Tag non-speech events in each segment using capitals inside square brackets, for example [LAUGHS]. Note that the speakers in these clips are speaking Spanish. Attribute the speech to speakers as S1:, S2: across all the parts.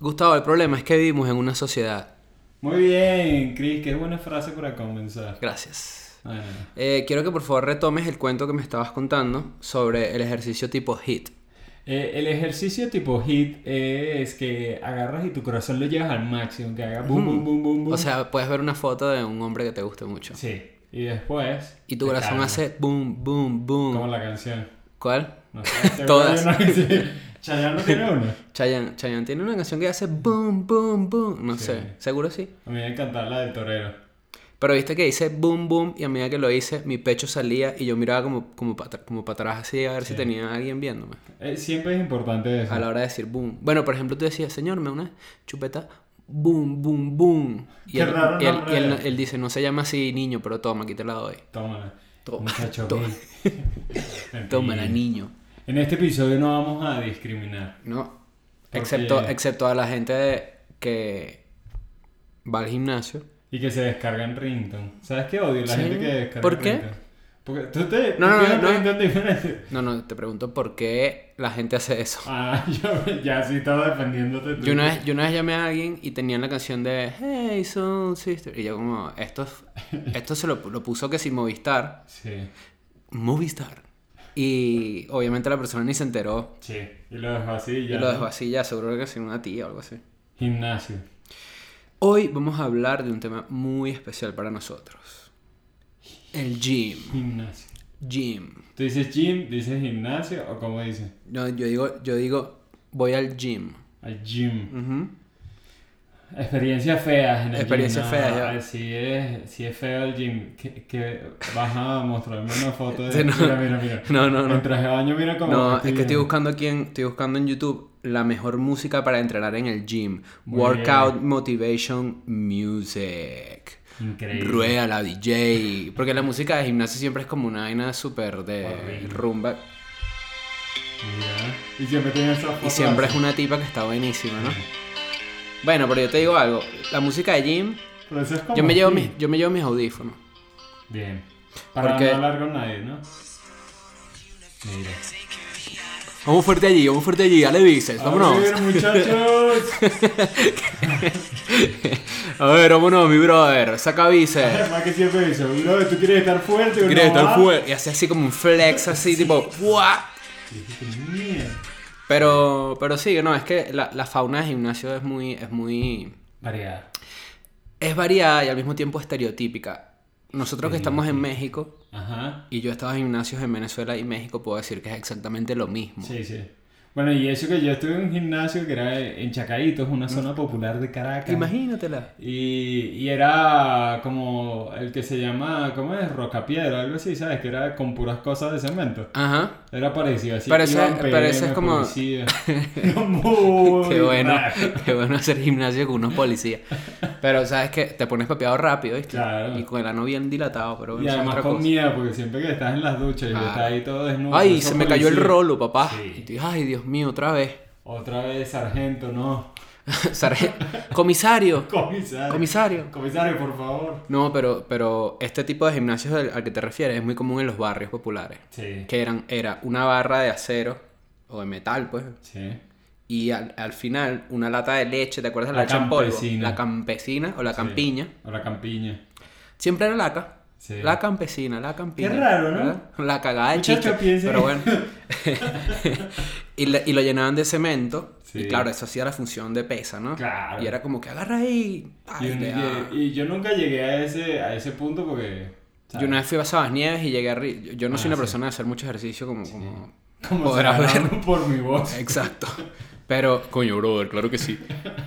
S1: Gustavo, el problema es que vivimos en una sociedad.
S2: Muy bien, Chris, qué buena frase para comenzar.
S1: Gracias.
S2: Bueno,
S1: Eh, quiero que por favor retomes el cuento que me estabas contando sobre el ejercicio tipo HIT.
S2: eh, el ejercicio tipo hit es que agarras y tu corazón lo llevas al máximo, que haga boom, boom, boom, boom, boom.
S1: O sea, puedes ver una foto de un hombre que te guste mucho.
S2: sí. Y después.
S1: Y tu corazón
S2: calmas,
S1: hace boom, boom, boom.
S2: Como la canción.
S1: ¿Cuál? [LAUGHS]
S2: No sé, seguro
S1: Todas.
S2: hay una que sí. Chayanne no tiene una.
S1: Chayanne, Chayanne tiene una canción que hace boom, boom, boom. No
S2: Sí.
S1: sé, seguro sí.
S2: A mí me encantaba la del torero.
S1: Pero viste que hice boom, boom y a medida que lo hice, mi pecho salía y yo miraba como, como para como pa atrás así a ver si tenía alguien viéndome.
S2: Eh, siempre es importante eso.
S1: A la hora de decir boom. Bueno, por ejemplo, tú decías, señor, me da una chupeta. Boom, boom, boom. Y,
S2: Qué
S1: él,
S2: raro
S1: y él-
S2: nombre
S1: y él-
S2: es.
S1: él dice, no se llama así, niño, pero toma, aquí te la doy.
S2: Tómala.
S1: Toma, [LAUGHS]
S2: Muchacho
S1: toma.
S2: gay. En
S1: Tómala,
S2: fin.
S1: niño.
S2: En este episodio no vamos a discriminar.
S1: No.
S2: Porque-
S1: Excepto, excepto a la gente de- que va al gimnasio.
S2: Y que se descargan rington. ¿Sabes qué odio? La
S1: Sí.
S2: gente que descarga
S1: ¿Por qué?
S2: ringtone. Porque tú te...
S1: No, no,
S2: tú
S1: no,
S2: tienes
S1: no.
S2: ringtone diferente.
S1: No, no, te pregunto por qué la gente hace eso.
S2: Ah, [LAUGHS] yo ya sí estaba defendiéndote tú.
S1: Yo una, vez, yo una vez llamé a alguien y tenían la canción de Hey Soul Sister. Y yo como, esto, es- esto se lo, lo puso que sin Movistar.
S2: Sí,
S1: Movistar. Y obviamente la persona ni se enteró.
S2: sí. Y lo dejó así y
S1: Y
S2: ya.
S1: lo dejó así ya, seguro que sin una tía o algo así.
S2: Gimnasio.
S1: Hoy vamos a hablar de un tema muy especial para nosotros. El gym.
S2: Gimnasio.
S1: Gym.
S2: ¿Tú dices gym? ¿Dices gimnasio? ¿O cómo dices?
S1: No, yo digo, yo digo, voy al gym.
S2: Al gym.
S1: Ujú.
S2: Experiencias feas en el
S1: Experiencias
S2: gym.
S1: feas, ya.
S2: Si es, sí es feo el gym. Que, que vas a mostrarme una foto
S1: [LAUGHS]
S2: de...
S1: Sí, no.
S2: Mira, mira, mira.
S1: No, no, no.
S2: En traje de baño mira cómo...
S1: No, es que estoy
S2: viendo.
S1: buscando aquí en, estoy buscando en YouTube la mejor música para entrenar en el gym.
S2: Muy
S1: Workout Motivation Music.
S2: Increíble.
S1: Rueda la DJ. Porque la música de gimnasio siempre es como una vaina súper de
S2: Horrible.
S1: rumba.
S2: Mira. Y siempre tiene esa foto
S1: Y siempre es
S2: así.
S1: una tipa que está buenísima, ¿no? Bueno, pero yo te digo algo. La música de gym,
S2: Pero eso es como
S1: yo me llevo
S2: aquí.
S1: mis, yo me llevo mis audífonos.
S2: Bien. Para
S1: Porque-
S2: no hablar con nadie, ¿no? Mira.
S1: Vamos fuerte allí, vamos fuerte allí, dale bíceps,
S2: A
S1: vámonos.
S2: ver,
S1: [LAUGHS]
S2: muchachos.
S1: A ver, vámonos, mi brother, saca bíceps.
S2: Más que siempre dice, bro, tú quieres estar fuerte o
S1: Quieres
S2: no
S1: estar
S2: vas?"
S1: fuerte. Y hace así como un flex, así tipo. ¡guau!
S2: Y yo, "Qué mierda".
S1: Pero, pero sí, no, es que la, la fauna de gimnasio es muy, es muy.
S2: Variada.
S1: Es variada y al mismo tiempo estereotípica. Nosotros que estamos en México
S2: Ajá.
S1: y yo he estado en gimnasios en Venezuela y México, puedo decir que es exactamente lo mismo.
S2: Sí, sí. Bueno, y eso que yo estuve en un gimnasio que era en Chacaítos, una zona popular de Caracas.
S1: Imagínatela.
S2: Y, y era como el que se llama, ¿cómo es? Rocapiedra, algo así, ¿sabes? Que era con puras cosas de cemento.
S1: Ajá.
S2: Era parecido, así.
S1: Pero ese-
S2: iban
S1: pero ese es
S2: PM,
S1: como- [LAUGHS]
S2: policía. Muy
S1: Qué bueno,
S2: raro.
S1: [LAUGHS] qué bueno hacer gimnasio con unos policías. Pero sabes que te pones papeado rápido, ¿viste?
S2: Claro.
S1: Y con el ano bien dilatado, pero
S2: Y
S1: eso es
S2: además
S1: otra
S2: con
S1: cosa.
S2: miedo, porque siempre que estás en las duchas y
S1: Claro.
S2: estás ahí todo desnudo.
S1: Ay,
S2: esos
S1: se me cayó el
S2: policías.
S1: rolo, papá.
S2: Sí.
S1: Y tú, Ay, Dios mío, otra vez. [LAUGHS]
S2: Otra vez, sargento, no. [LAUGHS]
S1: Sarge- Comisario.
S2: Comisario.
S1: Comisario.
S2: Comisario, por favor.
S1: No, pero, pero este tipo de gimnasios al, al que te refieres es muy común en los barrios populares.
S2: Sí.
S1: Que eran, era una barra de acero o de metal, pues.
S2: Sí.
S1: Y al, al final, una lata de leche, ¿te acuerdas de la,
S2: La
S1: leche en polvo?
S2: campesina.
S1: La campesina o la campiña.
S2: O la campiña.
S1: Siempre era laca.
S2: Sí.
S1: La campesina, la campiña.
S2: Qué raro, ¿no?
S1: La cagada de
S2: Muchacho,
S1: chicho.
S2: piensa
S1: Pero
S2: que- [LAUGHS]
S1: bueno. y, le- y lo llenaban de cemento. Y
S2: Sí.
S1: claro, eso hacía la función de pesa, ¿no?
S2: Claro.
S1: Y era como que agarra ahí.
S2: Y,
S1: ay,
S2: un-
S1: le da.
S2: y- y yo nunca llegué a ese, a ese punto porque.
S1: Yo una vez fui a Sabas Nieves y llegué a... ri- Yo, yo no soy
S2: Ah,
S1: una
S2: sí.
S1: persona de hacer mucho ejercicio como... como- [LAUGHS]
S2: Como
S1: podrás ver.
S2: por mi voz.
S1: Exacto. Pero... Coño, brother, claro que sí.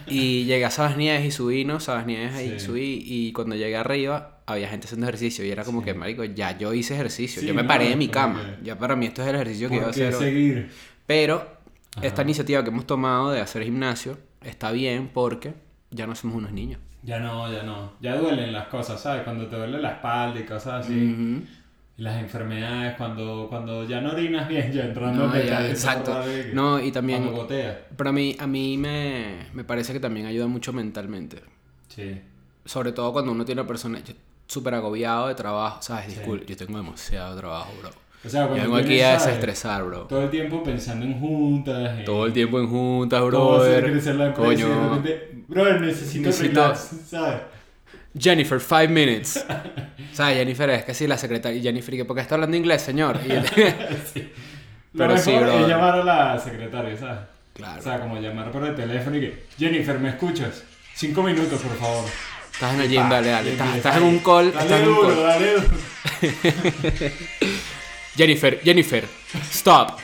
S1: Y llegué a Sabas Nieves y subí, ¿no? Sabas Nieves ahí
S2: Sí.
S1: subí y cuando llegué arriba había gente haciendo ejercicio y era como que, marico, ya yo hice ejercicio.
S2: Sí,
S1: yo me
S2: no,
S1: paré de mi
S2: como
S1: cama.
S2: que-
S1: Ya para mí esto es el ejercicio que iba a
S2: ¿Por qué
S1: hacer. hoy.
S2: seguir?
S1: Pero esta iniciativa que hemos tomado de hacer gimnasio está bien porque ya no somos unos niños.
S2: Ya no, ya no. Ya duelen las cosas, ¿sabes? Cuando te duele la espalda y cosas así.
S1: Ujú.
S2: Y las enfermedades, cuando, cuando ya no orinas bien, ya entrando
S1: No,
S2: de
S1: ya,
S2: cabeza,
S1: exacto.
S2: raro que-
S1: No, y también...
S2: Cuando gotea.
S1: Pero a mí, a mí me, me parece que también ayuda mucho mentalmente.
S2: Sí.
S1: Sobre todo cuando uno tiene una persona yo- súper agobiado de trabajo. Sabes, disculpe, yo tengo demasiado trabajo, bro.
S2: O sea,
S1: Yo
S2: cuando
S1: vengo aquí
S2: tienes,
S1: a
S2: ¿sabes?
S1: desestresar, bro.
S2: Todo el tiempo pensando en juntas. en
S1: Todo el tiempo en juntas,
S2: cómo hacer
S1: brother.
S2: crecer la empresa y de
S1: Coño.
S2: repente, brother, necesito,
S1: Necesito-
S2: relax", ¿sabes?
S1: Jennifer, five
S2: [LAUGHS]
S1: minutes. o sea, Jennifer es casi la secretaria. Y Jennifer, ¿por qué está hablando inglés, señor? Y
S2: [LAUGHS]
S1: él-
S2: Lo
S1: Pero sí,
S2: mejor es
S1: brother.
S2: llamar a la secretaria, ¿sabes?
S1: claro.
S2: O sea, como llamar por el teléfono y que, Jennifer, ¿me escuchas? Cinco minutos, por favor.
S1: Estás en el gym, dale, dale.
S2: Y
S1: Estás,
S2: empieza,
S1: estás en un call.
S2: Dale
S1: Estás en un
S2: duro,
S1: call.
S2: dale duro.
S1: Jennifer, Jennifer,
S2: [LAUGHS]
S1: stop.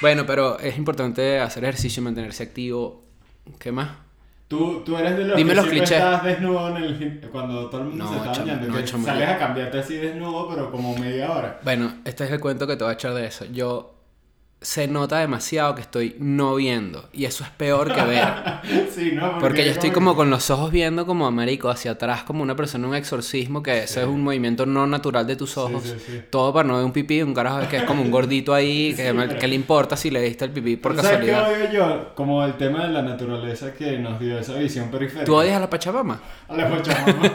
S1: bueno, pero es importante hacer ejercicio, mantenerse activo. ¿Qué más?
S2: Tú, tú eres de los
S1: Dime
S2: que
S1: los
S2: siempre
S1: clichés.
S2: estabas desnudo en el gim- cuando todo el mundo
S1: No,
S2: se estaba
S1: chamo,
S2: bañando.
S1: no,
S2: que
S1: chamo,
S2: sales
S1: yo-
S2: a cambiarte así desnudo, pero como media hora. [LAUGHS]
S1: Bueno, este es el cuento que te voy a echar de eso. Yo se nota demasiado que estoy no viendo y eso es peor que
S2: [LAUGHS]
S1: ver.
S2: sí, ¿no?
S1: Porque yo
S2: es
S1: estoy como con los ojos viendo como a marico hacia atrás como una persona en un exorcismo que ese es un movimiento no natural de tus ojos.
S2: sí, sí.
S1: Todo para no ver un pipí, un carajo que es como un gordito ahí que, que le importa si le diste el pipí por
S2: ¿Tú ¿Sabes qué
S1: casualidad.
S2: odio yo? Como el tema de la naturaleza que nos dio esa visión periférica.
S1: ¿Tú
S2: [LAUGHS]
S1: odias a la Pachamama?
S2: A la Pachamama.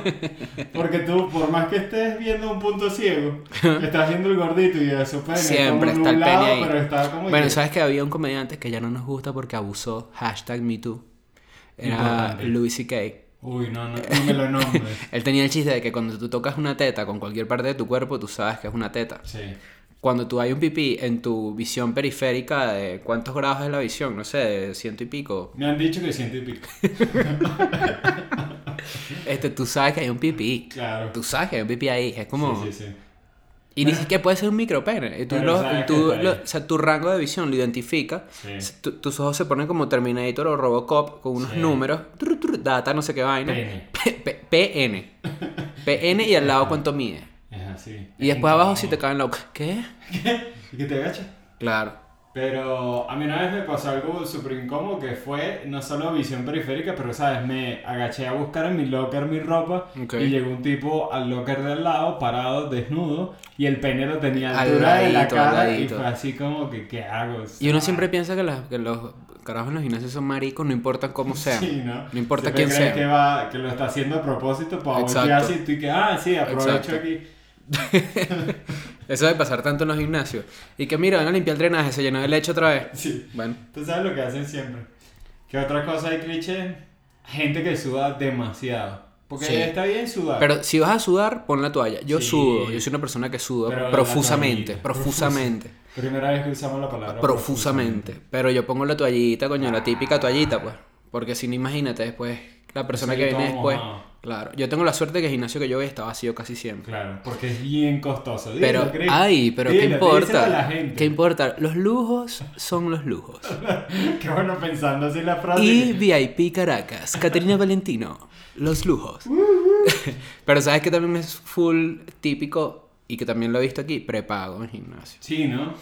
S2: Porque tú, por más que estés viendo un
S1: [LAUGHS]
S2: punto ciego, estás viendo el gordito y eso pene
S1: Siempre
S2: como
S1: está el
S2: nublado,
S1: pene ahí.
S2: Pero está como
S1: Bueno,
S2: que-
S1: sabes que había un comediante que ya no nos gusta porque abusó. Hashtag MeToo. Era
S2: Importante.
S1: Louis C.K.
S2: Uy, no, no, no me lo nombres.
S1: Él tenía el chiste de que cuando tú tocas una teta con cualquier parte de tu cuerpo, tú sabes que es una teta.
S2: Sí.
S1: Cuando tú hay un pipí en tu visión periférica de cuántos grados es la visión, no sé, de ciento y pico,
S2: Me han dicho que siento y pico.
S1: este, tú sabes que hay un pipí.
S2: Claro.
S1: Tú sabes que hay un pipí ahí. Es como...
S2: Sí, sí, sí.
S1: Y ni siquiera puede ser un micropene. Y tú
S2: Pero
S1: lo-
S2: sabes
S1: tú
S2: que está
S1: lo-
S2: ahí.
S1: o sea, tu rango de visión lo identifica.
S2: Sí.
S1: S- tu- tus ojos se ponen como Terminator o Robocop con unos
S2: Sí.
S1: números. tru, tru, data, no sé qué vaina.
S2: Pene.
S1: P- P- PN. PN y al lado cuánto mide.
S2: Es así.
S1: Y después abajo si te caen la boca. ¿Qué?
S2: ¿Y que te agachas?
S1: Claro.
S2: Pero a mí una vez me pasó algo súper incómodo que fue no solo visión periférica, pero sabes, me agaché a buscar en mi locker mi ropa
S1: Ok.
S2: y llegó un tipo al locker del lado, parado, desnudo, y el pene lo tenía a
S1: Al
S2: altura de la
S1: ladito, al
S2: cara y
S1: ladito.
S2: fue así como que, ¿qué hago?
S1: Y uno siempre piensa que, las- que los carajos en los gimnasios son maricos, no importa cómo sean.
S2: [LAUGHS] Sí, ¿no?
S1: importa
S2: Siempre
S1: quién
S2: crees
S1: sea.
S2: Que, va, que lo está haciendo a propósito para
S1: Exacto.
S2: voltearse y tú y que, ah, sí, aprovecho
S1: Exacto.
S2: aquí. [LAUGHS]
S1: Eso de pasar tanto en los gimnasios. Y que mira, van a limpiar el drenaje, se llenó el lecho otra vez.
S2: Sí.
S1: Bueno.
S2: Tú sabes lo que hacen siempre. ¿Qué otra cosa hay cliché? Gente que suda demasiado. Porque
S1: Sí.
S2: está bien sudar.
S1: Pero si vas a sudar, pon la toalla. Yo
S2: Sí.
S1: sudo, yo soy una persona que suda
S2: Pero la
S1: profusamente,
S2: toallita,
S1: profusamente,
S2: Primera vez que usamos la palabra.
S1: profusamente. Pero yo pongo la toallita, coño, la típica toallita, pues. Porque si no, imagínate después, la persona
S2: Sí,
S1: que viene
S2: todo
S1: después.
S2: mojado.
S1: Claro, yo tengo la suerte que el gimnasio que yo voy está vacío casi siempre.
S2: Claro, porque es bien costoso. Dilo,
S1: Pero,
S2: Chris.
S1: ay, pero ¿qué
S2: Dilo, díselo
S1: importa?
S2: a la gente.
S1: ¿Qué importa? Los lujos son los
S2: [LAUGHS]
S1: lujos.
S2: Qué bueno pensando así la frase.
S1: Y
S2: que-
S1: VIP Caracas, Caterina Valentino, los
S2: [LAUGHS]
S1: lujos. [LAUGHS] Pero sabes que también es full típico y que también lo he visto aquí, prepago en gimnasio.
S2: Sí, ¿no?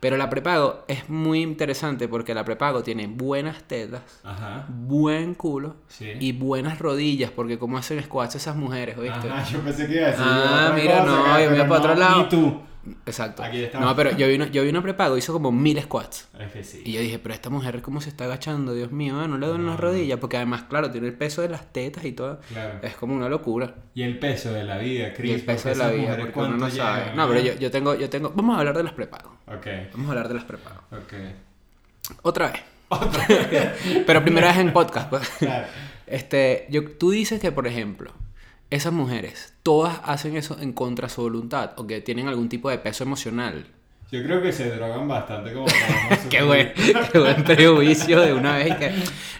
S1: Pero la prepago es muy interesante porque la prepago tiene buenas tetas,
S2: Ajá.
S1: buen culo
S2: Sí.
S1: y buenas rodillas, porque como hacen squats esas mujeres, ¿oíste?
S2: Ajá, yo pensé que iba a decir.
S1: Ah,
S2: otra
S1: mira,
S2: cosa,
S1: no,
S2: cara,
S1: yo me
S2: pero
S1: voy pa' otro
S2: no,
S1: lado.
S2: Ni tú.
S1: Exacto.
S2: Aquí está.
S1: No, pero yo vi, una, yo vi una prepago, hizo como mil squats.
S2: Es que sí.
S1: Y yo dije, pero esta mujer cómo se está agachando, Dios mío, ah, no le duelen las rodillas, porque además, claro, tiene el peso de las tetas y todo.
S2: Claro.
S1: Es como una locura.
S2: Y el peso de la vida, Chris.
S1: Y el peso
S2: porque
S1: de la
S2: esas
S1: vida,
S2: mujeres,
S1: porque uno no
S2: ¿cuánto
S1: sabe.
S2: llegan,
S1: No, pero yo, yo tengo, yo tengo. Vamos a hablar de las prepago.
S2: Ok,
S1: Vamos a hablar de las prepago.
S2: ok.
S1: Otra vez. [LAUGHS] pero primera vez en podcast. pues.
S2: Claro.
S1: Este, yo, tú dices que, por ejemplo, esas mujeres, todas hacen eso en contra de su voluntad, o que tienen algún tipo de peso emocional.
S2: Yo creo que se drogan bastante como para
S1: [LAUGHS]
S2: no
S1: Qué
S2: sufrir.
S1: buen, qué buen prejuicio de una vez que...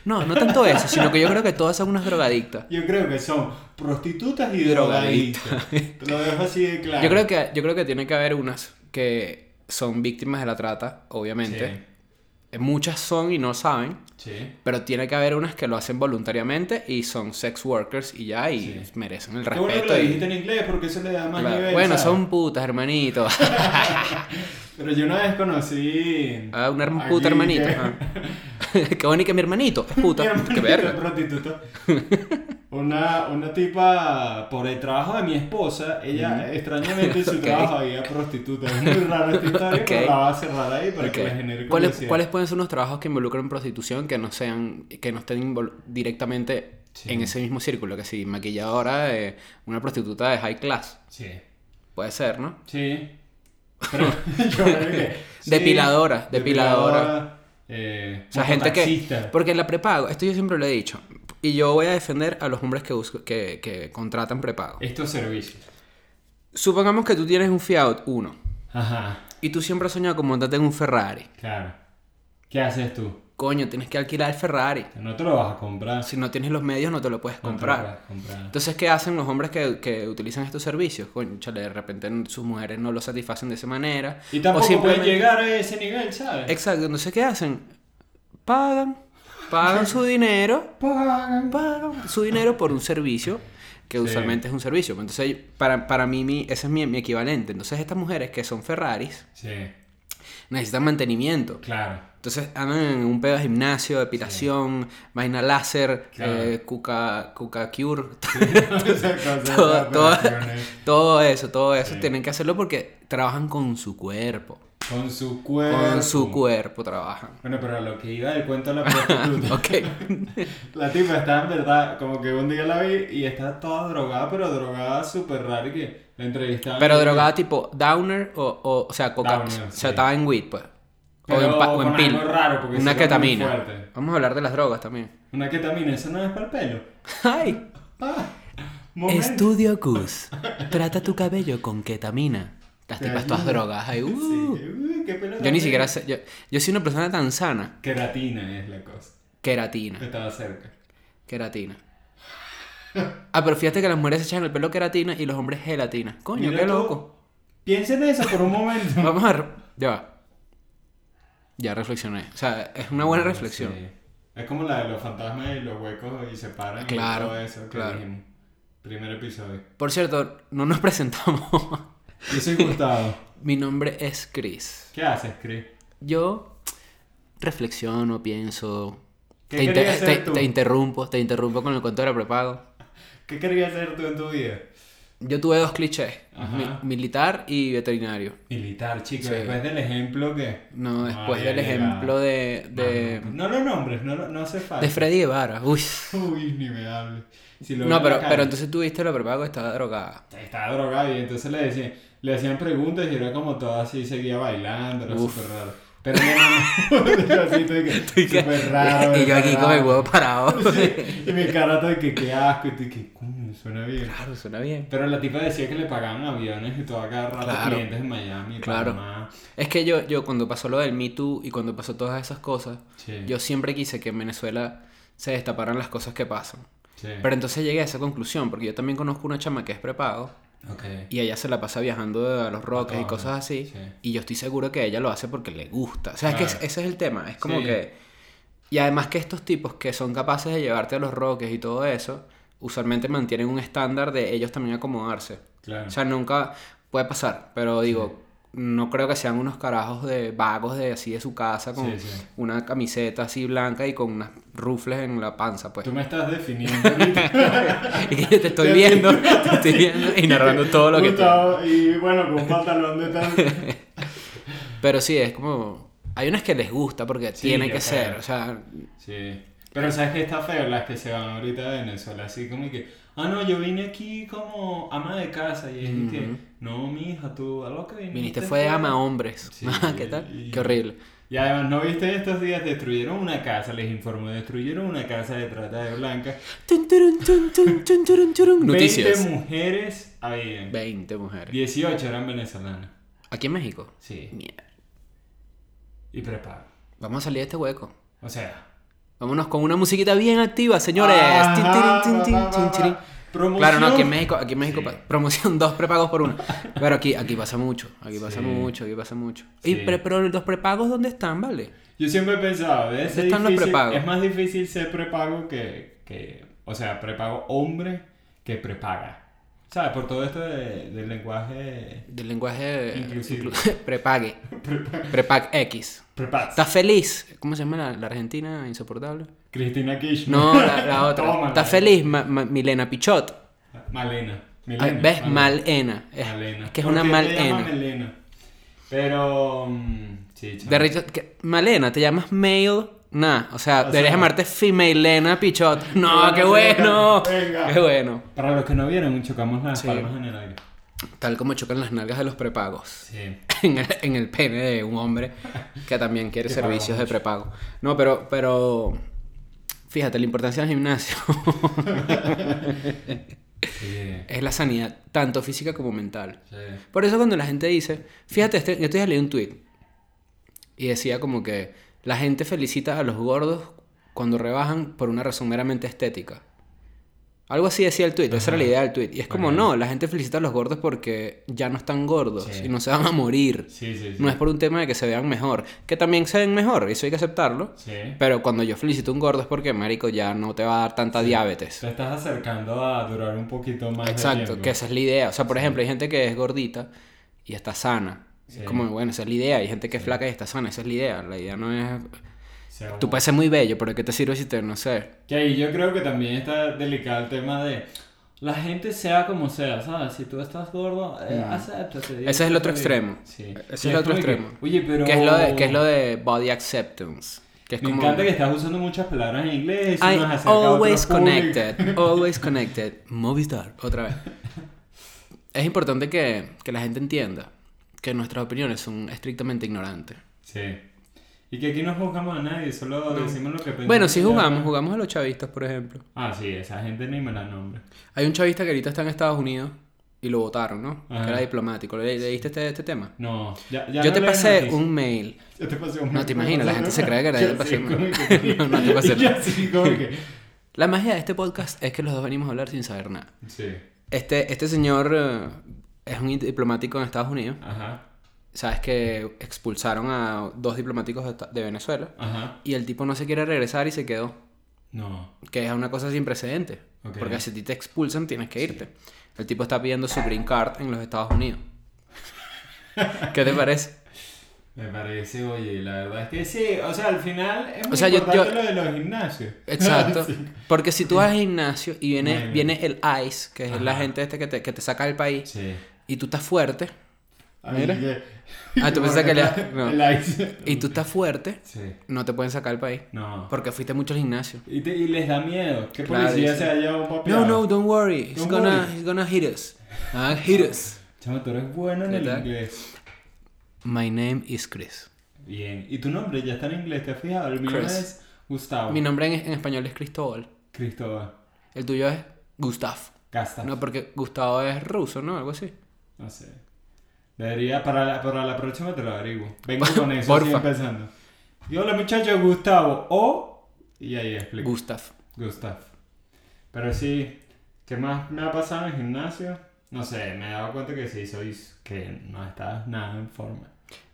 S1: No, no tanto eso, sino que yo creo que todas son unas drogadictas.
S2: Yo creo que son prostitutas y
S1: Drogadictas.
S2: drogadictas. Te Lo dejo así de claro.
S1: Yo creo que, yo creo que tiene que haber unas que son víctimas de la trata, obviamente. Eh, Muchas son y no saben,
S2: Sí. sí.
S1: pero tiene que haber unas que lo hacen voluntariamente y son sex workers y ya, y
S2: Sí.
S1: merecen el
S2: Qué bueno que lo
S1: respeto. y-
S2: dijiste en inglés porque eso le da más
S1: Claro.
S2: nivel.
S1: Bueno,
S2: ¿sabes?
S1: son putas,
S2: [LAUGHS]
S1: hermanito.
S2: Pero yo una vez conocí.
S1: Ah, una herm-
S2: aquí
S1: puta hermanito.
S2: [LAUGHS] que-
S1: ah. [LAUGHS] Qué bonito que mi
S2: [LAUGHS]
S1: hermanito es puta.
S2: mi hermanito
S1: Qué verga. [LAUGHS]
S2: prostituta. Una, una tipa, por el trabajo de mi esposa, ella extrañamente en
S1: [LAUGHS]
S2: su
S1: Ok.
S2: trabajo había prostituta. Es muy raro esta historia,
S1: [LAUGHS]
S2: pero
S1: Ok.
S2: la voy a cerrar ahí para que
S1: Ok.
S2: me genere
S1: ¿Cuáles,
S2: curiosidad.
S1: cuáles pueden ser unos trabajos que involucran prostitución que no sean que no estén invol- directamente
S2: Sí.
S1: en ese mismo círculo? Que si maquilladora, de una prostituta de high class,
S2: Sí.
S1: puede ser, ¿no?
S2: Sí. Pero
S1: [LAUGHS]
S2: yo creo que sí,
S1: Depiladora,
S2: depiladora, eh,
S1: O sea, gente que...
S2: mototaxista.
S1: Porque en la prepago, esto yo siempre lo he dicho, y yo voy a defender a los hombres que, busco- que, que contratan prepago.
S2: Estos servicios.
S1: Supongamos que tú tienes un Fiat 1
S2: Ajá,
S1: y tú siempre has soñado con montarte en un Ferrari.
S2: claro. ¿Qué haces tú?
S1: Coño, tienes que alquilar el Ferrari.
S2: No te lo vas a comprar.
S1: Si no tienes los medios no te lo puedes
S2: No te lo
S1: comprar.
S2: vas a comprar.
S1: Entonces, ¿qué hacen los hombres que, que utilizan estos servicios? Coño, chale, de repente sus mujeres no lo satisfacen de esa manera.
S2: Y
S1: O
S2: tampoco puedes
S1: simplemente-
S2: llegar a ese nivel, ¿sabes?
S1: Exacto, entonces, ¿qué hacen? Pagan, pagan su dinero,
S2: Pagan.
S1: pagan su dinero por un servicio que
S2: Sí.
S1: usualmente es un servicio. Entonces, para, para mí, mi- ese es mi, mi equivalente. Entonces, estas mujeres que son Ferraris
S2: Sí,
S1: necesitan mantenimiento. [LAUGHS]
S2: claro. [LAUGHS]
S1: Entonces andan en un pedo de gimnasio, depilación, vaina láser,
S2: Claro.
S1: eh, cuca, cuca cure, [LAUGHS]
S2: Esa cosa,
S1: todo,
S2: esas
S1: todo-
S2: operaciones.
S1: [LAUGHS] todo eso, todo eso
S2: Sí.
S1: tienen que hacerlo porque trabajan con su cuerpo.
S2: Con su cuerpo.
S1: Con su cuerpo trabajan.
S2: Bueno, pero a lo que iba del cuento
S1: [LAUGHS]
S2: de la prostituta.
S1: ok.
S2: La tipa está en verdad, como que un día la vi y está toda drogada, pero drogada súper rara y que la entrevistaban.
S1: Pero
S2: y que-
S1: drogada tipo downer o, o, o sea, coca,
S2: Downer,
S1: o
S2: sí.
S1: sea, estaba en weed, pues.
S2: Pero
S1: o en, pa- o en
S2: con
S1: pil.
S2: algo raro, porque
S1: Una
S2: eso era muy
S1: ketamina.
S2: fuerte.
S1: Vamos a hablar de las drogas también.
S2: Una ketamina, eso no es para el pelo.
S1: ¡Ay!
S2: Ah, momento.
S1: Estudio CUS. Trata tu cabello con ketamina. Las
S2: Te
S1: tipas todas
S2: ayuda.
S1: drogas ahí.
S2: Sí,
S1: ¡uh!
S2: uy, qué pelo
S1: Yo ni
S2: tan
S1: siquiera
S2: feo.
S1: sé. Yo, yo soy una persona tan sana.
S2: Queratina es la cosa.
S1: Queratina.
S2: Estaba cerca.
S1: Queratina. Ah, pero fíjate que las mujeres se echan el pelo queratina y los hombres gelatina. Coño,
S2: Mira
S1: qué
S2: tú,
S1: loco.
S2: Piensa en eso por un momento.
S1: Vamos a. re- Ya va. Ya reflexioné. O sea, es una [LAUGHS] buena reflexión.
S2: Ah, Sí. Es como la de los fantasmas y los huecos y se paran
S1: Claro,
S2: y todo eso que
S1: claro.
S2: dijimos. Primer episodio.
S1: Por cierto, no nos [LAUGHS] presentamos.
S2: Yo soy Gustavo.
S1: Mi nombre es Chris.
S2: ¿Qué haces, Chris?
S1: Yo reflexiono, pienso.
S2: ¿Qué
S1: te,
S2: querías
S1: te-
S2: ser tú?
S1: te interrumpo, te interrumpo con el cuento de la prepago.
S2: ¿Qué querías hacer tú en tu vida?
S1: Yo tuve dos clichés:
S2: Ajá.
S1: mi- militar y veterinario.
S2: Militar, chicos.
S1: Sí.
S2: Después del ejemplo que...
S1: No, después
S2: Ay,
S1: del
S2: ay, ay,
S1: ejemplo
S2: ay.
S1: de, de,
S2: No lo nombres, no, lo- no hace falta.
S1: de Freddy Guevara. Uy.
S2: Uy, ni me hable. Si lo
S1: No,
S2: veo en la
S1: pero,
S2: calle,
S1: pero entonces tuviste la prepago estaba drogada.
S2: Estaba drogado y entonces le, decían, le hacían preguntas y era como todo así, seguía bailando, era
S1: Uf.
S2: súper raro. Pero yo no... [LAUGHS] así, estoy que, súper raro.
S1: [LAUGHS] y yo aquí
S2: súper
S1: con el
S2: raro. [LAUGHS]
S1: huevo parado.
S2: Sí, y mi cara todo que qué asco y tú que coño, suena bien.
S1: Claro, suena bien.
S2: Pero la tipa decía que le pagaban aviones y todo acá rato
S1: Claro.
S2: clientes en Miami,
S1: Claro.
S2: Panamá.
S1: Es que yo, yo cuando pasó lo del Me Too y cuando pasó todas esas cosas,
S2: Sí,
S1: yo siempre quise que en Venezuela se destaparan las cosas que pasan.
S2: sí.
S1: Pero entonces llegué a esa conclusión, porque yo también conozco una chama que es prepago
S2: Ok.
S1: y ella se la pasa viajando a los roques y
S2: Roques,
S1: cosas así.
S2: sí.
S1: Y yo estoy seguro que ella lo hace porque le gusta. O sea, es que
S2: Claro.
S1: es- ese es el tema. Es como
S2: Sí.
S1: que. Y además que estos tipos que son capaces de llevarte a los roques y todo eso, usualmente mantienen un estándar de ellos también acomodarse.
S2: Claro.
S1: O sea, nunca puede pasar, pero digo, no creo que sean unos carajos de vagos de así de su casa con
S2: Sí, sí.
S1: una camiseta así blanca y con unas rufles en la panza, pues.
S2: Tú me estás definiendo este ahorita.
S1: [LAUGHS] Y que yo te estoy viendo, [LAUGHS] te estoy viendo y narrando todo lo que...
S2: Gustavo, y bueno, con un pantalón de tal.
S1: [LAUGHS] Pero sí, es como... Hay unas que les gusta porque
S2: Sí,
S1: tiene
S2: yo
S1: que
S2: creo.
S1: ser, o sea...
S2: Sí. Pero sabes que está feo las que se van ahorita a Venezuela, así como que, ah no, yo vine aquí como ama de casa y es que, no, mija, tú a lo que viniste.
S1: Viniste fue de ama a hombres. [LAUGHS] Ah,
S2: Sí.
S1: ¿Qué tal? Qué horrible.
S2: Y además, ¿no viste estos días? Destruyeron una casa, les informo, destruyeron una casa de trata de blanca.
S1: Tun, turun, tun, tun, tun, turun, turun. Noticias.
S2: 20 mujeres habían.
S1: 20 mujeres.
S2: 18 eran venezolanas.
S1: Aquí en México.
S2: Sí.
S1: Mierda.
S2: Y prepago.
S1: Vamos a salir de este hueco.
S2: O sea.
S1: Vámonos con una musiquita bien activa, señores.
S2: Ajá,
S1: Tin, tirin, tin,
S2: va,
S1: tin,
S2: va, va,
S1: tin,
S2: va.
S1: tirin.
S2: Ah, Promoción.
S1: Claro, no, aquí en México, aquí en México
S2: Sí.
S1: pa- promoción [LAUGHS] dos prepagos por uno. Pero aquí, aquí pasa mucho, aquí pasa
S2: Sí.
S1: mucho, aquí pasa mucho.
S2: Sí.
S1: Y pre- pero los prepagos dónde están, ¿vale?
S2: Yo siempre he pensado, debe ser
S1: están los
S2: difícil-
S1: prepagos.
S2: es más difícil ser prepago que, que- o sea, prepago hombre que prepaga. ¿Sabes? Por todo esto de- del lenguaje
S1: Del lenguaje
S2: Inclusive.
S1: Eh, inclu- [LAUGHS] prepague.
S2: [LAUGHS]
S1: Prepag X.
S2: prepago.
S1: ¿Estás feliz? ¿Cómo se llama la, la Argentina insoportable?
S2: Cristina Kirchner.
S1: No, la,
S2: [LAUGHS]
S1: la otra.
S2: Tómala.
S1: ¿Estás feliz, Ma- Ma- Milena Pichot?
S2: Malena.
S1: Ay,
S2: Milena,
S1: ¿Ves?
S2: Malena.
S1: Malena. Es,
S2: Malena.
S1: es que es
S2: ¿Por
S1: una
S2: qué te llaman
S1: malena.
S2: Malena? Pero. mm, sí, chamo.
S1: De recho- que- Malena, te llamas male. Nah, o sea,
S2: O sea,
S1: deberías llamarte female Lena Pichot.
S2: [LAUGHS]
S1: No,
S2: Bueno,
S1: qué bueno.
S2: venga.
S1: Qué bueno.
S2: Para los que no vieron, chocamos las
S1: Sí.
S2: palmas en el aire.
S1: Tal como chocan las nalgas de los prepagos [LAUGHS]
S2: Sí.
S1: en el, en el pene de un hombre que también quiere
S2: [LAUGHS] Que paga
S1: servicios de prepago. No, pero, pero fíjate, la importancia del gimnasio [LAUGHS]
S2: Sí.
S1: es la sanidad, tanto física como mental.
S2: Sí.
S1: Por eso cuando la gente dice, fíjate, este, yo te leí un tweet y decía como que la gente felicita a los gordos cuando rebajan por una razón meramente estética. Algo así decía el tweet, esa era la idea del tweet. Y es como,
S2: Ajá.
S1: no, la gente felicita a los gordos porque ya no están gordos
S2: Sí.
S1: y no se van a morir.
S2: Sí, sí, sí.
S1: No es por un tema de que se vean mejor, que también se ven mejor, eso hay que aceptarlo.
S2: Sí.
S1: Pero cuando yo felicito a un gordo es porque, marico, ya no te va a dar tanta diabetes.
S2: Te estás acercando a durar un poquito más. de
S1: Exacto,
S2: tiempo.
S1: que esa es la idea. O sea, por ejemplo, hay gente que es gordita y está sana.
S2: Sí.
S1: Es Como, bueno, esa es la idea. Hay gente que es flaca y está sana, esa es la idea. La idea no es...
S2: O sea,
S1: Tú puedes ser muy bello, pero ¿qué te sirve si te, no sé?
S2: Que ahí yo creo que también está delicado el tema de la gente sea como sea, ¿sabes? Si tú estás gordo, eh, acéptate.
S1: Ese es el otro
S2: Sí.
S1: extremo.
S2: Sí.
S1: Ese
S2: Y
S1: es el otro
S2: como que,
S1: extremo.
S2: Oye, pero.
S1: Que es lo de, que es lo de body acceptance. Que es
S2: Me
S1: como...
S2: encanta que estás usando muchas palabras en inglés. eso nos
S1: I
S2: acerca a otro
S1: always
S2: público.
S1: connected, always connected. Movistar, otra
S2: [LAUGHS]
S1: vez. Es importante que, que la gente entienda que nuestras opiniones son estrictamente ignorantes.
S2: Sí. Y que aquí no juzgamos a nadie, solo decimos lo que pensamos.
S1: Bueno, si
S2: y ya.
S1: jugamos, jugamos a los chavistas, por ejemplo.
S2: Ah, sí, esa gente ni me la nombra.
S1: Hay un chavista que ahorita está en Estados Unidos y lo votaron, ¿no?
S2: Ajá.
S1: Que era diplomático. ¿Le, leíste este, este tema?
S2: No, ya, Ah. ya
S1: Yo
S2: no
S1: te
S2: lees
S1: pasé
S2: noticias.
S1: un mail.
S2: Yo te pasé un
S1: No te imaginas, la gente se cree que era yo
S2: Yo
S1: te pasé
S2: sí,
S1: un-
S2: como
S1: [LAUGHS]
S2: que-
S1: No, no te pasé
S2: Yo
S1: nada.
S2: sí, como
S1: [LAUGHS]
S2: que-
S1: La magia de este podcast es que los dos venimos a hablar sin saber nada.
S2: Sí,
S1: Este, este señor eh, es un diplomático en Estados Unidos.
S2: ajá,
S1: sabes que expulsaron a dos diplomáticos de, de Venezuela
S2: ajá.
S1: y el tipo no se quiere regresar y se quedó,
S2: No,
S1: que es una cosa sin precedente,
S2: Ok.
S1: porque si a ti te expulsan tienes que irte. El tipo está pidiendo su green card en los Estados
S2: [LAUGHS]
S1: Unidos. ¿Qué te parece?
S2: me parece, oye, la verdad es que sí. O sea, al final es muy
S1: O sea, yo-
S2: importante
S1: yo-
S2: lo de los gimnasios.
S1: Exacto.
S2: [LAUGHS] Sí.
S1: Porque si tú vas al gimnasio y viene,
S2: Bueno.
S1: viene el ICE, que es la
S2: Ajá.
S1: gente este que te, que te saca del país,
S2: Sí.
S1: y tú estás fuerte,
S2: Ay,
S1: Mira.
S2: que-
S1: Ah, tú pensás que
S2: la- [LAUGHS]
S1: le- no.
S2: la-
S1: y tú estás fuerte,
S2: Sí,
S1: no te pueden sacar del país.
S2: no.
S1: Porque fuiste mucho al gimnasio.
S2: Y, te- y les da miedo. ¿Qué
S1: Claro,
S2: policía
S1: sí.
S2: se haya un papel?
S1: No, no, don't worry. He's
S2: Don't
S1: gonna,
S2: worry.
S1: he's gonna hit us. Ah, hit us.
S2: Chama, tú eres bueno en
S1: ¿Qué
S2: el
S1: tal?
S2: inglés.
S1: My name is Chris.
S2: Bien. ¿Y tu nombre ya está en inglés? ¿Te has fijado? El mío
S1: Chris.
S2: es Gustavo.
S1: Mi nombre en, en español es Cristóbal.
S2: Cristóbal.
S1: El tuyo es Gustav.
S2: Gasta.
S1: No, porque Gustavo es ruso, ¿no? Algo así.
S2: No sé. Debería, para la, para la próxima te lo averiguo. Vengo con eso,
S1: Porfa.
S2: así empezando. Y hola muchachos, Gustavo. O. Y ahí explico.
S1: Gustav.
S2: Gustav. Pero sí, ¿qué más me ha pasado en el gimnasio? No sé, me he dado cuenta que sí, sois. que no estás nada en forma.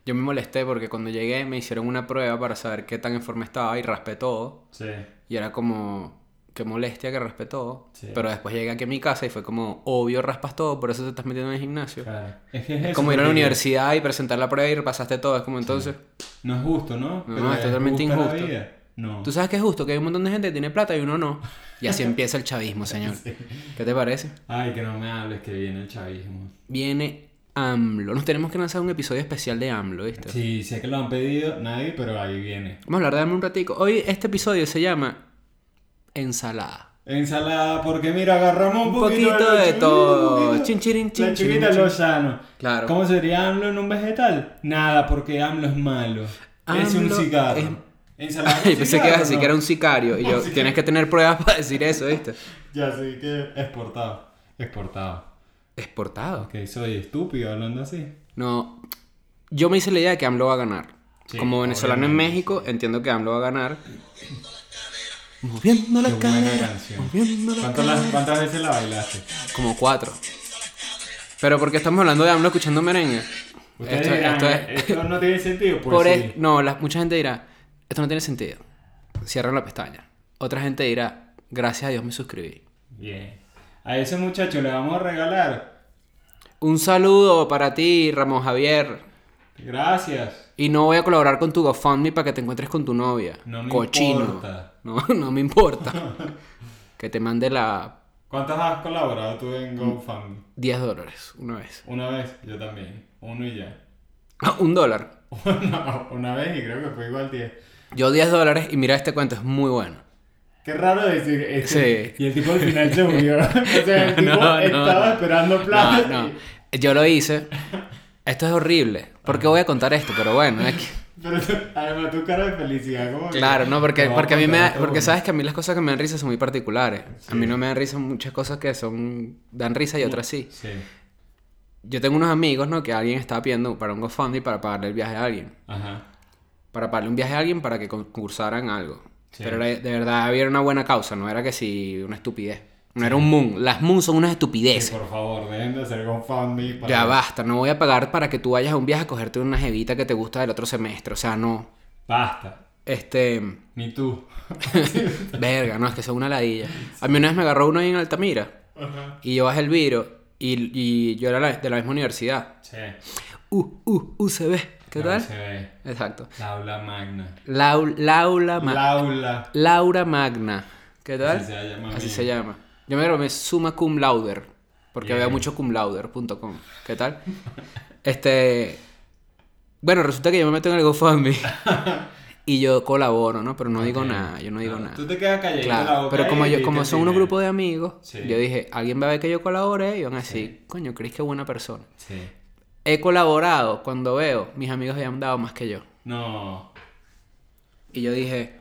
S1: Yo me molesté porque cuando llegué me hicieron una prueba para saber qué tan en forma estaba y raspé todo.
S2: Sí.
S1: Y era como, qué molestia que raspé todo.
S2: Sí.
S1: Pero después llegué aquí a mi casa y fue como, obvio raspas todo, por eso te estás metiendo en el gimnasio.
S2: Claro. Es que es
S1: Es
S2: eso,
S1: como ir a la
S2: porque
S1: universidad y presentar la prueba y repasaste todo. Es como entonces,
S2: No es justo, ¿no? Pero
S1: es totalmente
S2: justa la
S1: injusto.
S2: vida. No.
S1: tú sabes que es justo que hay un montón de gente que tiene plata y uno no. Y
S2: [LAUGHS]
S1: así empieza el chavismo, señor. ¿Qué te parece?
S2: Ay, que no me hables, que viene el chavismo.
S1: viene AMLO. Nos tenemos que lanzar un episodio especial de AMLO, ¿viste?
S2: Sí, sé que lo han pedido nadie, pero ahí viene.
S1: Vamos a hablar de AMLO un ratico. Hoy este episodio se llama Ensalada.
S2: Ensalada, porque mira, agarramos un,
S1: Un
S2: poquito,
S1: poquito
S2: la
S1: de
S2: lechuguita,
S1: todo.
S2: un poquito.
S1: Chin, chirin, chin,
S2: La chiquita
S1: chirin, chin.
S2: Lozano.
S1: Claro.
S2: ¿Cómo sería AMLO en un vegetal? Nada, porque AMLO es malo. es un
S1: AMLO
S2: cigarro.
S1: es-
S2: Ensalada.
S1: [LAUGHS] Yo pensé que ibas a decir
S2: así
S1: que era un sicario. Y yo,
S2: Sí.
S1: tienes que tener pruebas para decir eso, ¿viste?
S2: Ya sé que exportado. Exportado.
S1: Exportado.
S2: Ok, soy estúpido hablando así.
S1: No. Yo me hice la idea de que AMLO va a ganar.
S2: Sí,
S1: Como venezolano en
S2: obviamente,
S1: México, entiendo que AMLO va a ganar. Moviendo
S2: Qué
S1: la
S2: buena
S1: cadera.
S2: canción.
S1: Moviendo la
S2: ¿Cuántas, las- cuántas veces la bailaste?
S1: Como cuatro. Pero porque estamos hablando de AMLO escuchando merengue.
S2: Ustedes
S1: Esto-
S2: dirán,
S1: esto
S2: esto,
S1: es-
S2: no tiene sentido. Pues
S1: Por
S2: sí.
S1: es- no, la- mucha gente dirá, esto no tiene sentido. Cierran la pestaña. Otra gente dirá, gracias a Dios me suscribí.
S2: Bien. A esos muchachos le vamos a regalar.
S1: Un saludo para ti, Ramón Javier.
S2: Gracias.
S1: Y no voy a colaborar con tu GoFundMe para que te encuentres con tu novia.
S2: No me
S1: Cochino.
S2: importa.
S1: No, [LAUGHS] no me importa. que te mande la
S2: ¿Cuántas has colaborado tú en GoFundMe?
S1: 10 dólares una vez.
S2: Una vez, yo también. Uno y ya. [LAUGHS]
S1: Ah, un dólar.
S2: Una, una vez y creo que fue igual 10.
S1: Yo 10 dólares y mira este cuento, es muy bueno.
S2: Qué raro decir este.
S1: Sí.
S2: Y el tipo al final se murió. [LAUGHS] o sea, el
S1: [LAUGHS]
S2: tipo
S1: No, no,
S2: estaba
S1: no.
S2: esperando plata.
S1: No, no.
S2: y-
S1: yo lo hice. Esto es horrible. Porque voy a contar esto, pero bueno, es que-
S2: Pero tú- además tu cara de felicidad, como que-
S1: Claro, no, porque,
S2: Te voy
S1: porque a mí me
S2: contar
S1: da-
S2: todo.
S1: porque sabes que a mí las cosas que me dan risa son muy particulares. A mí no me dan risa muchas cosas que son dan risa y otras sí.
S2: Sí,
S1: Yo tengo unos amigos, ¿no? Que alguien estaba pidiendo para un GoFundMe para pagarle el viaje a alguien.
S2: ajá.
S1: Para pagarle un viaje a alguien para que concursaran algo.
S2: Sí.
S1: Pero era- de verdad había una buena causa, no era que si una estupidez. No era un moon. Las moon son unas
S2: Sí,
S1: estupideces.
S2: por favor, dejen de hacer GoFundMe para...
S1: Ya basta, no voy a pagar para que tú vayas a un viaje a cogerte una jevita que te gusta del otro semestre. O sea, no.
S2: Basta. [LAUGHS]
S1: Este.
S2: Ni tú.
S1: Verga, no, es que son una ladilla. A mí una vez me agarró uno ahí en Altamira.
S2: Ajá.
S1: Y yo bajé el viro. Y, y yo era la- de la misma universidad.
S2: Sí.
S1: Uh, uh, UCB. ¿Qué
S2: Claro,
S1: tal?
S2: se ve.
S1: Exacto.
S2: Laula Magna.
S1: Lau- Laula Ma-
S2: Laula.
S1: Laura Magna. ¿Qué tal?
S2: Así se llama
S1: Así
S2: bien.
S1: se llama. Yo me grabé summa cum lauder. Porque
S2: Bien.
S1: veo mucho cumlauder.com. ¿Qué tal? este. Bueno, resulta que yo me meto en el
S2: [LAUGHS]
S1: GoFundMe. y yo colaboro, ¿no? Pero no digo
S2: Ok.
S1: nada. Yo no digo
S2: Ah,
S1: nada.
S2: Tú te quedas callado la
S1: Claro,
S2: boca
S1: pero como,
S2: y
S1: yo,
S2: te
S1: como son unos
S2: entiendes.
S1: grupos de amigos,
S2: Sí.
S1: yo dije, alguien va a ver que yo colabore y van a decir, coño, ¿crees que buena persona?
S2: Sí.
S1: He colaborado cuando veo, mis amigos habían dado más que yo.
S2: No.
S1: Y yo dije,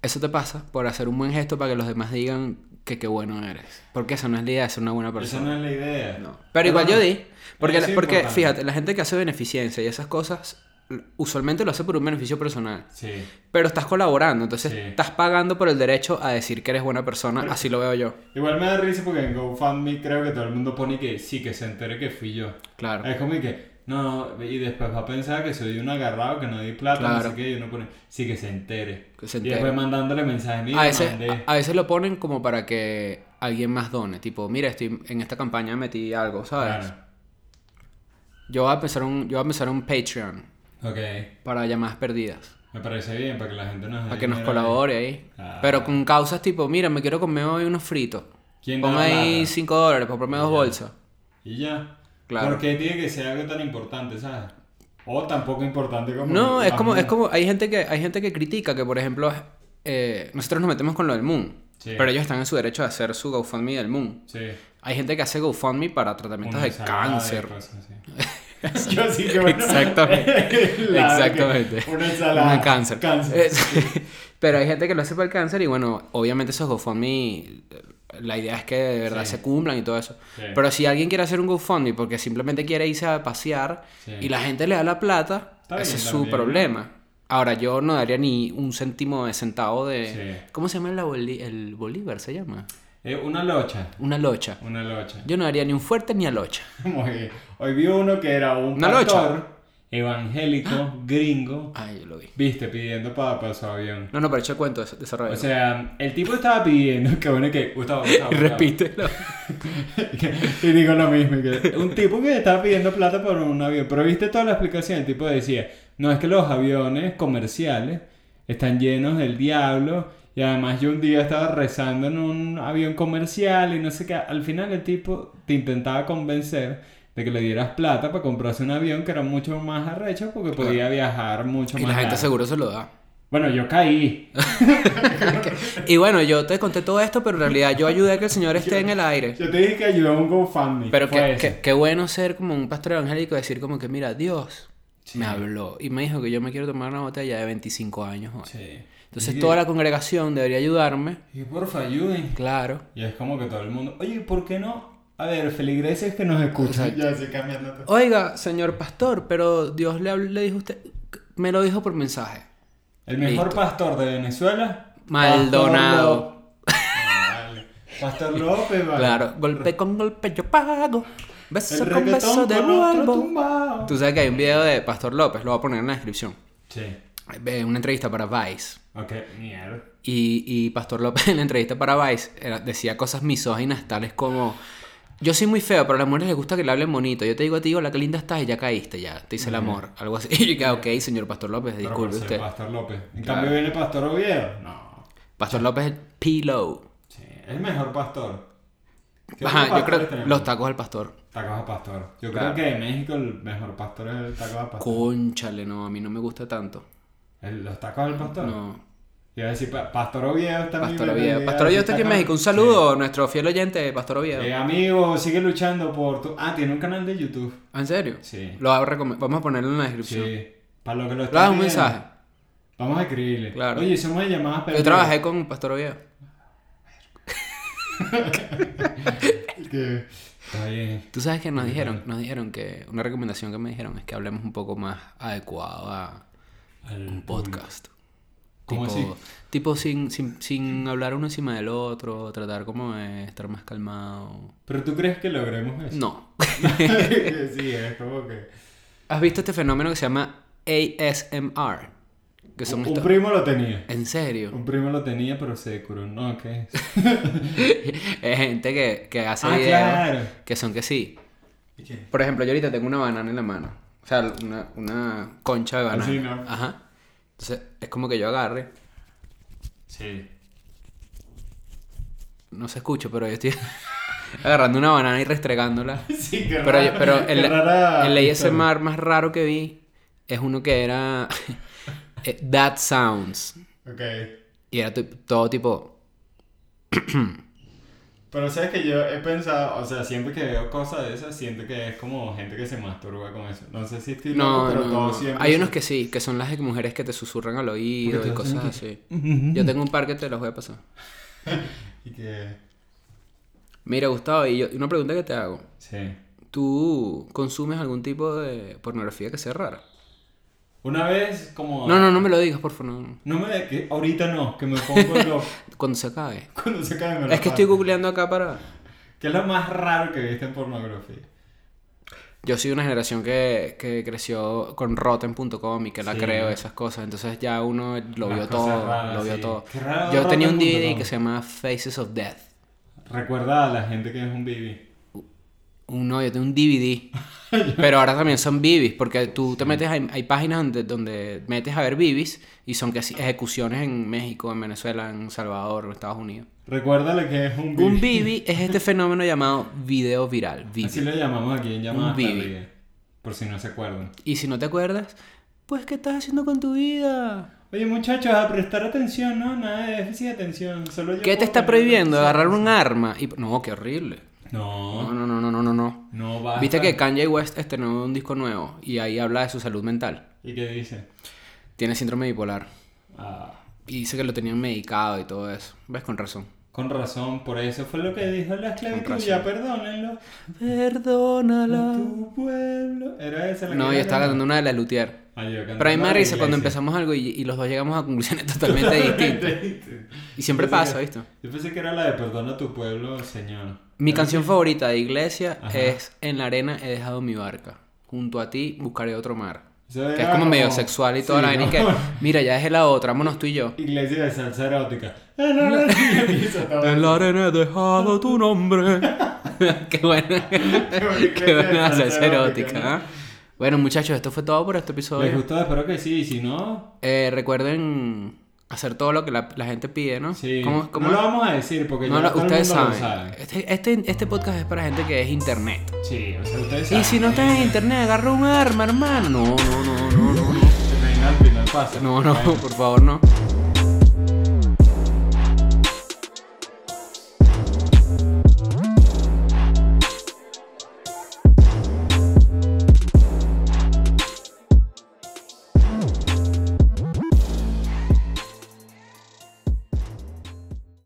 S1: eso te pasa por hacer un buen gesto para que los demás digan que qué bueno eres. Porque esa no es la idea de ser una buena
S2: Esa
S1: persona.
S2: no es la idea.
S1: No. Pero igual yo di. Porque,
S2: Eso es
S1: porque
S2: importante.
S1: fíjate, la gente que hace beneficencia y esas cosas, usualmente lo hace por un beneficio personal.
S2: Sí.
S1: Pero estás colaborando, entonces
S2: Sí.
S1: estás pagando por el derecho a decir que eres buena persona, así lo veo yo.
S2: Igual me da risa porque en GoFundMe creo que todo el mundo pone que sí, que se entere que fui yo.
S1: Claro.
S2: Es como que, no, y después va a pensar que soy un agarrado, que no di plata, no
S1: Claro.
S2: sé qué, y uno pone, sí, que se entere.
S1: Que se
S2: Y
S1: entere.
S2: después mandándole mensajes, mira,
S1: A veces,
S2: mandé.
S1: a, a veces lo ponen como para que alguien más done. Tipo, mira, estoy en esta campaña metí algo, ¿sabes?
S2: Claro.
S1: Yo, voy a empezar un, yo voy a empezar un Patreon
S2: Ok,
S1: para llamadas perdidas.
S2: me parece bien, para que la gente nos
S1: Para
S2: ayude.
S1: que nos colabore ahí.
S2: Ah.
S1: Pero con causas tipo, mira, me quiero comer hoy unos fritos.
S2: ¿Quién
S1: Pon
S2: da la
S1: ahí
S2: lata?
S1: 5 dólares, comprame dos bolsas.
S2: Y ya.
S1: Claro.
S2: Porque tiene que ser algo tan importante, ¿sabes? O tampoco importante como...
S1: No, es
S2: las
S1: como, es
S2: mías.
S1: como, hay gente que, hay gente que critica que, por ejemplo, eh, nosotros nos metemos con lo del Moon.
S2: Sí.
S1: Pero ellos están en su derecho de hacer su GoFundMe del Moon.
S2: Sí.
S1: Hay gente que hace GoFundMe para tratamientos
S2: Una
S1: de
S2: ensalada
S1: cáncer.
S2: cosas, sí. [LAUGHS] Yo sí que bueno, [LAUGHS]
S1: Exactamente.
S2: la-
S1: Exactamente.
S2: Una ensalada.
S1: Un cáncer.
S2: Cáncer.
S1: Eh, [LAUGHS] Pero hay gente que lo hace para el cáncer y bueno, obviamente esos GoFundMe, eh, la idea es que de verdad
S2: Sí.
S1: se cumplan y todo eso.
S2: Sí.
S1: Pero si alguien quiere hacer un GoFundMe porque simplemente quiere irse a pasear
S2: Sí.
S1: y la gente le da la plata,
S2: Está
S1: ese
S2: bien
S1: es su
S2: también, ¿no?
S1: problema. Ahora, yo no daría ni un céntimo de centavo de...
S2: Sí.
S1: ¿Cómo se llama la boli- el Bolívar? ¿Se llama?
S2: Eh, una locha.
S1: Una locha.
S2: Una locha. [LAUGHS]
S1: Yo no daría ni un fuerte ni a locha.
S2: Muy- Hoy vi uno que era un
S1: Una locha.
S2: pastor evangélico gringo,
S1: Ay, yo lo vi.
S2: viste, pidiendo para su avión.
S1: No, no, pero echa cuento eso, desarrollo.
S2: O sea, el tipo estaba pidiendo, [LAUGHS] que bueno que Gustavo, Gustavo,
S1: [LAUGHS] y
S2: Gustavo. [LAUGHS]
S1: repítelo.
S2: y digo lo mismo. Que un tipo que estaba pidiendo plata por un avión. Pero viste toda la explicación. El tipo decía: No es que los aviones comerciales están llenos del diablo. Y además, yo un día estaba rezando en un avión comercial y no sé qué. Al final, el tipo te intentaba convencer de que le dieras plata para comprarse un avión que era mucho más arrecho porque podía viajar mucho
S1: Y
S2: más.
S1: la gente
S2: largo.
S1: seguro se lo da.
S2: Bueno,
S1: [LAUGHS]
S2: yo caí.
S1: Y bueno, yo te conté todo esto, pero en realidad yo ayudé a que el Señor esté en el aire.
S2: Yo te dije que ayudé a un GoFundMe.
S1: Pero
S2: Fue
S1: qué,
S2: eso.
S1: qué- qué bueno ser como un pastor evangélico y decir como que, mira, Dios
S2: Sí.
S1: me habló y me dijo que yo me quiero tomar una botella de 25 años hoy.
S2: Sí.
S1: Entonces
S2: Y-
S1: toda la congregación debería ayudarme,
S2: Y porfa, ayuden.
S1: claro.
S2: Y es como que todo el mundo, oye, ¿por qué no? A ver, feligreses que nos escuchan. Ya, así cambiando todo.
S1: Oiga, señor pastor, pero Dios le, habl- le dijo a usted, me lo dijo por mensaje.
S2: El mejor
S1: Listo.
S2: pastor de Venezuela.
S1: Maldonado.
S2: Pastor, Ló- Pastor López, vale.
S1: Claro, golpe con golpe yo pago, beso
S2: El
S1: con beso
S2: reggaetón con otro
S1: devuelvo.
S2: tumbado.
S1: Tú sabes que hay un video de Pastor López, lo voy a poner en la descripción.
S2: Sí.
S1: Eh, Una entrevista para Vice.
S2: Ok, mierda.
S1: Y, y Pastor López [LAUGHS] en la entrevista para Vice era- decía cosas misóginas tales como... Yo soy muy feo, pero a las mujeres les gusta que le hablen bonito. Yo te digo a ti, hola, qué linda estás y ya caíste, ya. Te hice el amor. Algo así. [LAUGHS] Y yo quedaba, ok, señor Pastor López,
S2: Pero por
S1: disculpe
S2: ser
S1: usted.
S2: Pastor López. En
S1: Claro.
S2: cambio viene Pastor Oviedo. No.
S1: Pastor López es pillow.
S2: Sí, es el mejor pastor. ¿Qué otros
S1: Ajá, yo creo
S2: pastores tenemos?
S1: los tacos del pastor.
S2: Tacos a pastor. Yo
S1: Claro.
S2: creo que en México el mejor pastor es el taco a pastor.
S1: Conchale, no, a mí no me gusta tanto.
S2: El- ¿Los tacos al pastor?
S1: No.
S2: Iba a decir, pa- Pastor Oviedo está eh, en mi
S1: Pastor
S2: mentalidad,
S1: Oviedo. Pastor Oviedo
S2: sí,
S1: está aquí en
S2: acá.
S1: México. Un saludo a nuestro fiel oyente, Pastor Oviedo.
S2: Eh, amigo, sigue luchando por tu... Ah, tiene un canal de YouTube.
S1: Ah, ¿En serio?
S2: Sí.
S1: Lo hago recome- Vamos a ponerlo en la descripción.
S2: Sí. Para lo que
S1: Le
S2: lo
S1: das
S2: están
S1: un
S2: viendo,
S1: mensaje.
S2: Vamos a escribirle.
S1: Claro.
S2: Oye, somos de llamadas
S1: Yo trabajé con Pastor Oviedo.
S2: Que- Está bien.
S1: Tú sabes que nos dijeron, nos dijeron que una recomendación que me dijeron es que hablemos un poco más adecuado a un podcast.
S2: ¿Cómo
S1: tipo,
S2: así?
S1: tipo sin, sin, sin hablar uno encima del otro, tratar como de estar más calmado.
S2: Pero tú crees que logremos eso.
S1: No. [LAUGHS]
S2: [LAUGHS] sí, es como que...
S1: ¿Has visto este fenómeno que se llama ASMR? Que son
S2: Un
S1: estos-
S2: primo lo tenía.
S1: ¿En serio?
S2: Un primo lo tenía, pero se curó. No, ¿qué es?
S1: [LAUGHS] es gente que, que hace
S2: Ah,
S1: videos
S2: claro.
S1: que son que sí. Por ejemplo, yo ahorita tengo una banana en la mano. O sea, una, una concha de banana.
S2: Así, Ah, ¿no?
S1: Ajá. Entonces, es como que yo agarre.
S2: Sí. [LAUGHS]
S1: No se escucha, pero yo estoy [LAUGHS] agarrando una banana y restregándola.
S2: Sí, qué
S1: Pero,
S2: raro,
S1: pero
S2: qué
S1: el,
S2: rara
S1: el
S2: historia.
S1: ASMR más raro que vi es uno que era [LAUGHS] eh, That Sounds.
S2: Ok.
S1: Y era tu- todo tipo...
S2: Pero sabes que yo he pensado, o sea, siempre que veo cosas de esas, siento que es como gente que se masturba con eso. No sé si estoy loco,
S1: No,
S2: pero
S1: no,
S2: todo
S1: no.
S2: siempre.
S1: Hay unos que sí, que son las de mujeres que te susurran al oído
S2: Porque
S1: y
S2: todos son
S1: cosas así. Yo tengo un par que te los voy a pasar.
S2: Y que.
S1: Mira, Gustavo, y yo- una pregunta que te hago.
S2: Sí.
S1: ¿Tú consumes algún tipo de pornografía que sea rara?
S2: Una vez, como.
S1: No, no, no me lo digas, por favor. no.
S2: No me. de- Que ahorita no, que me
S1: [LAUGHS]
S2: pongo loco
S1: Cuando se acabe.
S2: cuando se cae me lo
S1: Es que
S2: paso.
S1: estoy googleando acá para...
S2: ¿Qué es lo más raro que viste en pornografía?
S1: Yo soy de una generación que, que creció con Rotten.com y que la
S2: Sí.
S1: creo esas cosas, entonces ya uno lo
S2: Las
S1: vio
S2: cosas
S1: todo,
S2: raras,
S1: lo vio
S2: sí.
S1: todo.
S2: Qué raro
S1: Yo tenía un
S2: Rotten.com.
S1: DVD que se llamaba Faces of Death.
S2: Recuerda a la gente que es un baby.
S1: Uno, yo tengo un DVD. Pero ahora también son bibis, porque tú te metes, hay, hay páginas donde, donde metes a ver bibis y son que sí, ejecuciones en México, en Venezuela, en Salvador, en Estados Unidos.
S2: [LAUGHS] Recuérdale que es un baby.
S1: Un bibi es este fenómeno llamado video viral, bibi.
S2: Así lo llamamos aquí en llamadas
S1: Un baby.
S2: tardías, Por si no se acuerdan.
S1: Y si no te acuerdas, pues ¿qué estás haciendo con tu vida?
S2: Oye, muchachos, a prestar atención, ¿no? Nada de déficit de atención. Solo yo
S1: ¿Qué te está
S2: puedo prestar
S1: prohibiendo?
S2: atención.
S1: Agarrar un arma y... No, qué horrible. No,
S2: No,
S1: no, no, no, no, no, no.
S2: no va.
S1: Viste que Kanye West estrenó un disco nuevo y ahí habla de su salud mental.
S2: ¿Y qué dice?
S1: Tiene síndrome bipolar.
S2: Ah,
S1: Y dice que lo tenían medicado y todo eso. ¿Ves? Con razón.
S2: con razón, por eso fue lo que dijo la esclavitud.
S1: Con razón.
S2: Ya perdónenlo.
S1: Perdónala.
S2: Tu pueblo. Era esa la
S1: No,
S2: que
S1: yo
S2: era?
S1: estaba cantando una de la Luthier.
S2: Ah, yo cantando
S1: Pero ahí me
S2: la
S1: da risa cuando
S2: iglesia.
S1: empezamos algo y, y los dos llegamos a conclusiones [LAUGHS] totalmente distintas. Y siempre
S2: Yo pensé
S1: pasa,
S2: que-
S1: ¿viste?
S2: Yo pensé que era la de Perdona tu pueblo, señor.
S1: Mi canción favorita de Iglesia
S2: Ajá.
S1: es En la arena he dejado mi barca. Junto a ti buscaré otro mar.
S2: Eso
S1: Que es
S2: era
S1: como medio sexual y toda
S2: Sí,
S1: la vaina. y
S2: ¿no?
S1: que, [LAUGHS] mira, ya dejé la otra, vámonos tú y yo.
S2: Iglesia de salsa erótica. Ah, no, no, y empieza todo.
S1: En la arena he dejado tu nombre. [LAUGHS] Qué buena. Qué buena salsa erótica. ¿ah? Bueno, muchachos, esto fue todo por este
S2: ¿Les
S1: episodio.
S2: gustó? Espero que sí. y Si no,
S1: Eh, recuerden hacer todo lo que la, la gente pide, ¿no?
S2: Sí.
S1: ¿Cómo- cómo-
S2: no lo vamos a decir porque
S1: no
S2: ya
S1: lo-
S2: todo el
S1: ustedes
S2: mundo
S1: saben.
S2: lo sabe.
S1: Este, este, este podcast es para gente que es internet.
S2: Sí, o sea,
S1: Y
S2: ustedes saben.
S1: si no estás en internet, agarra un arma, hermano. No, no, no, no, no.
S2: Se Este, me viene al final pasa.
S1: No, no,
S2: Bueno.
S1: por favor, no.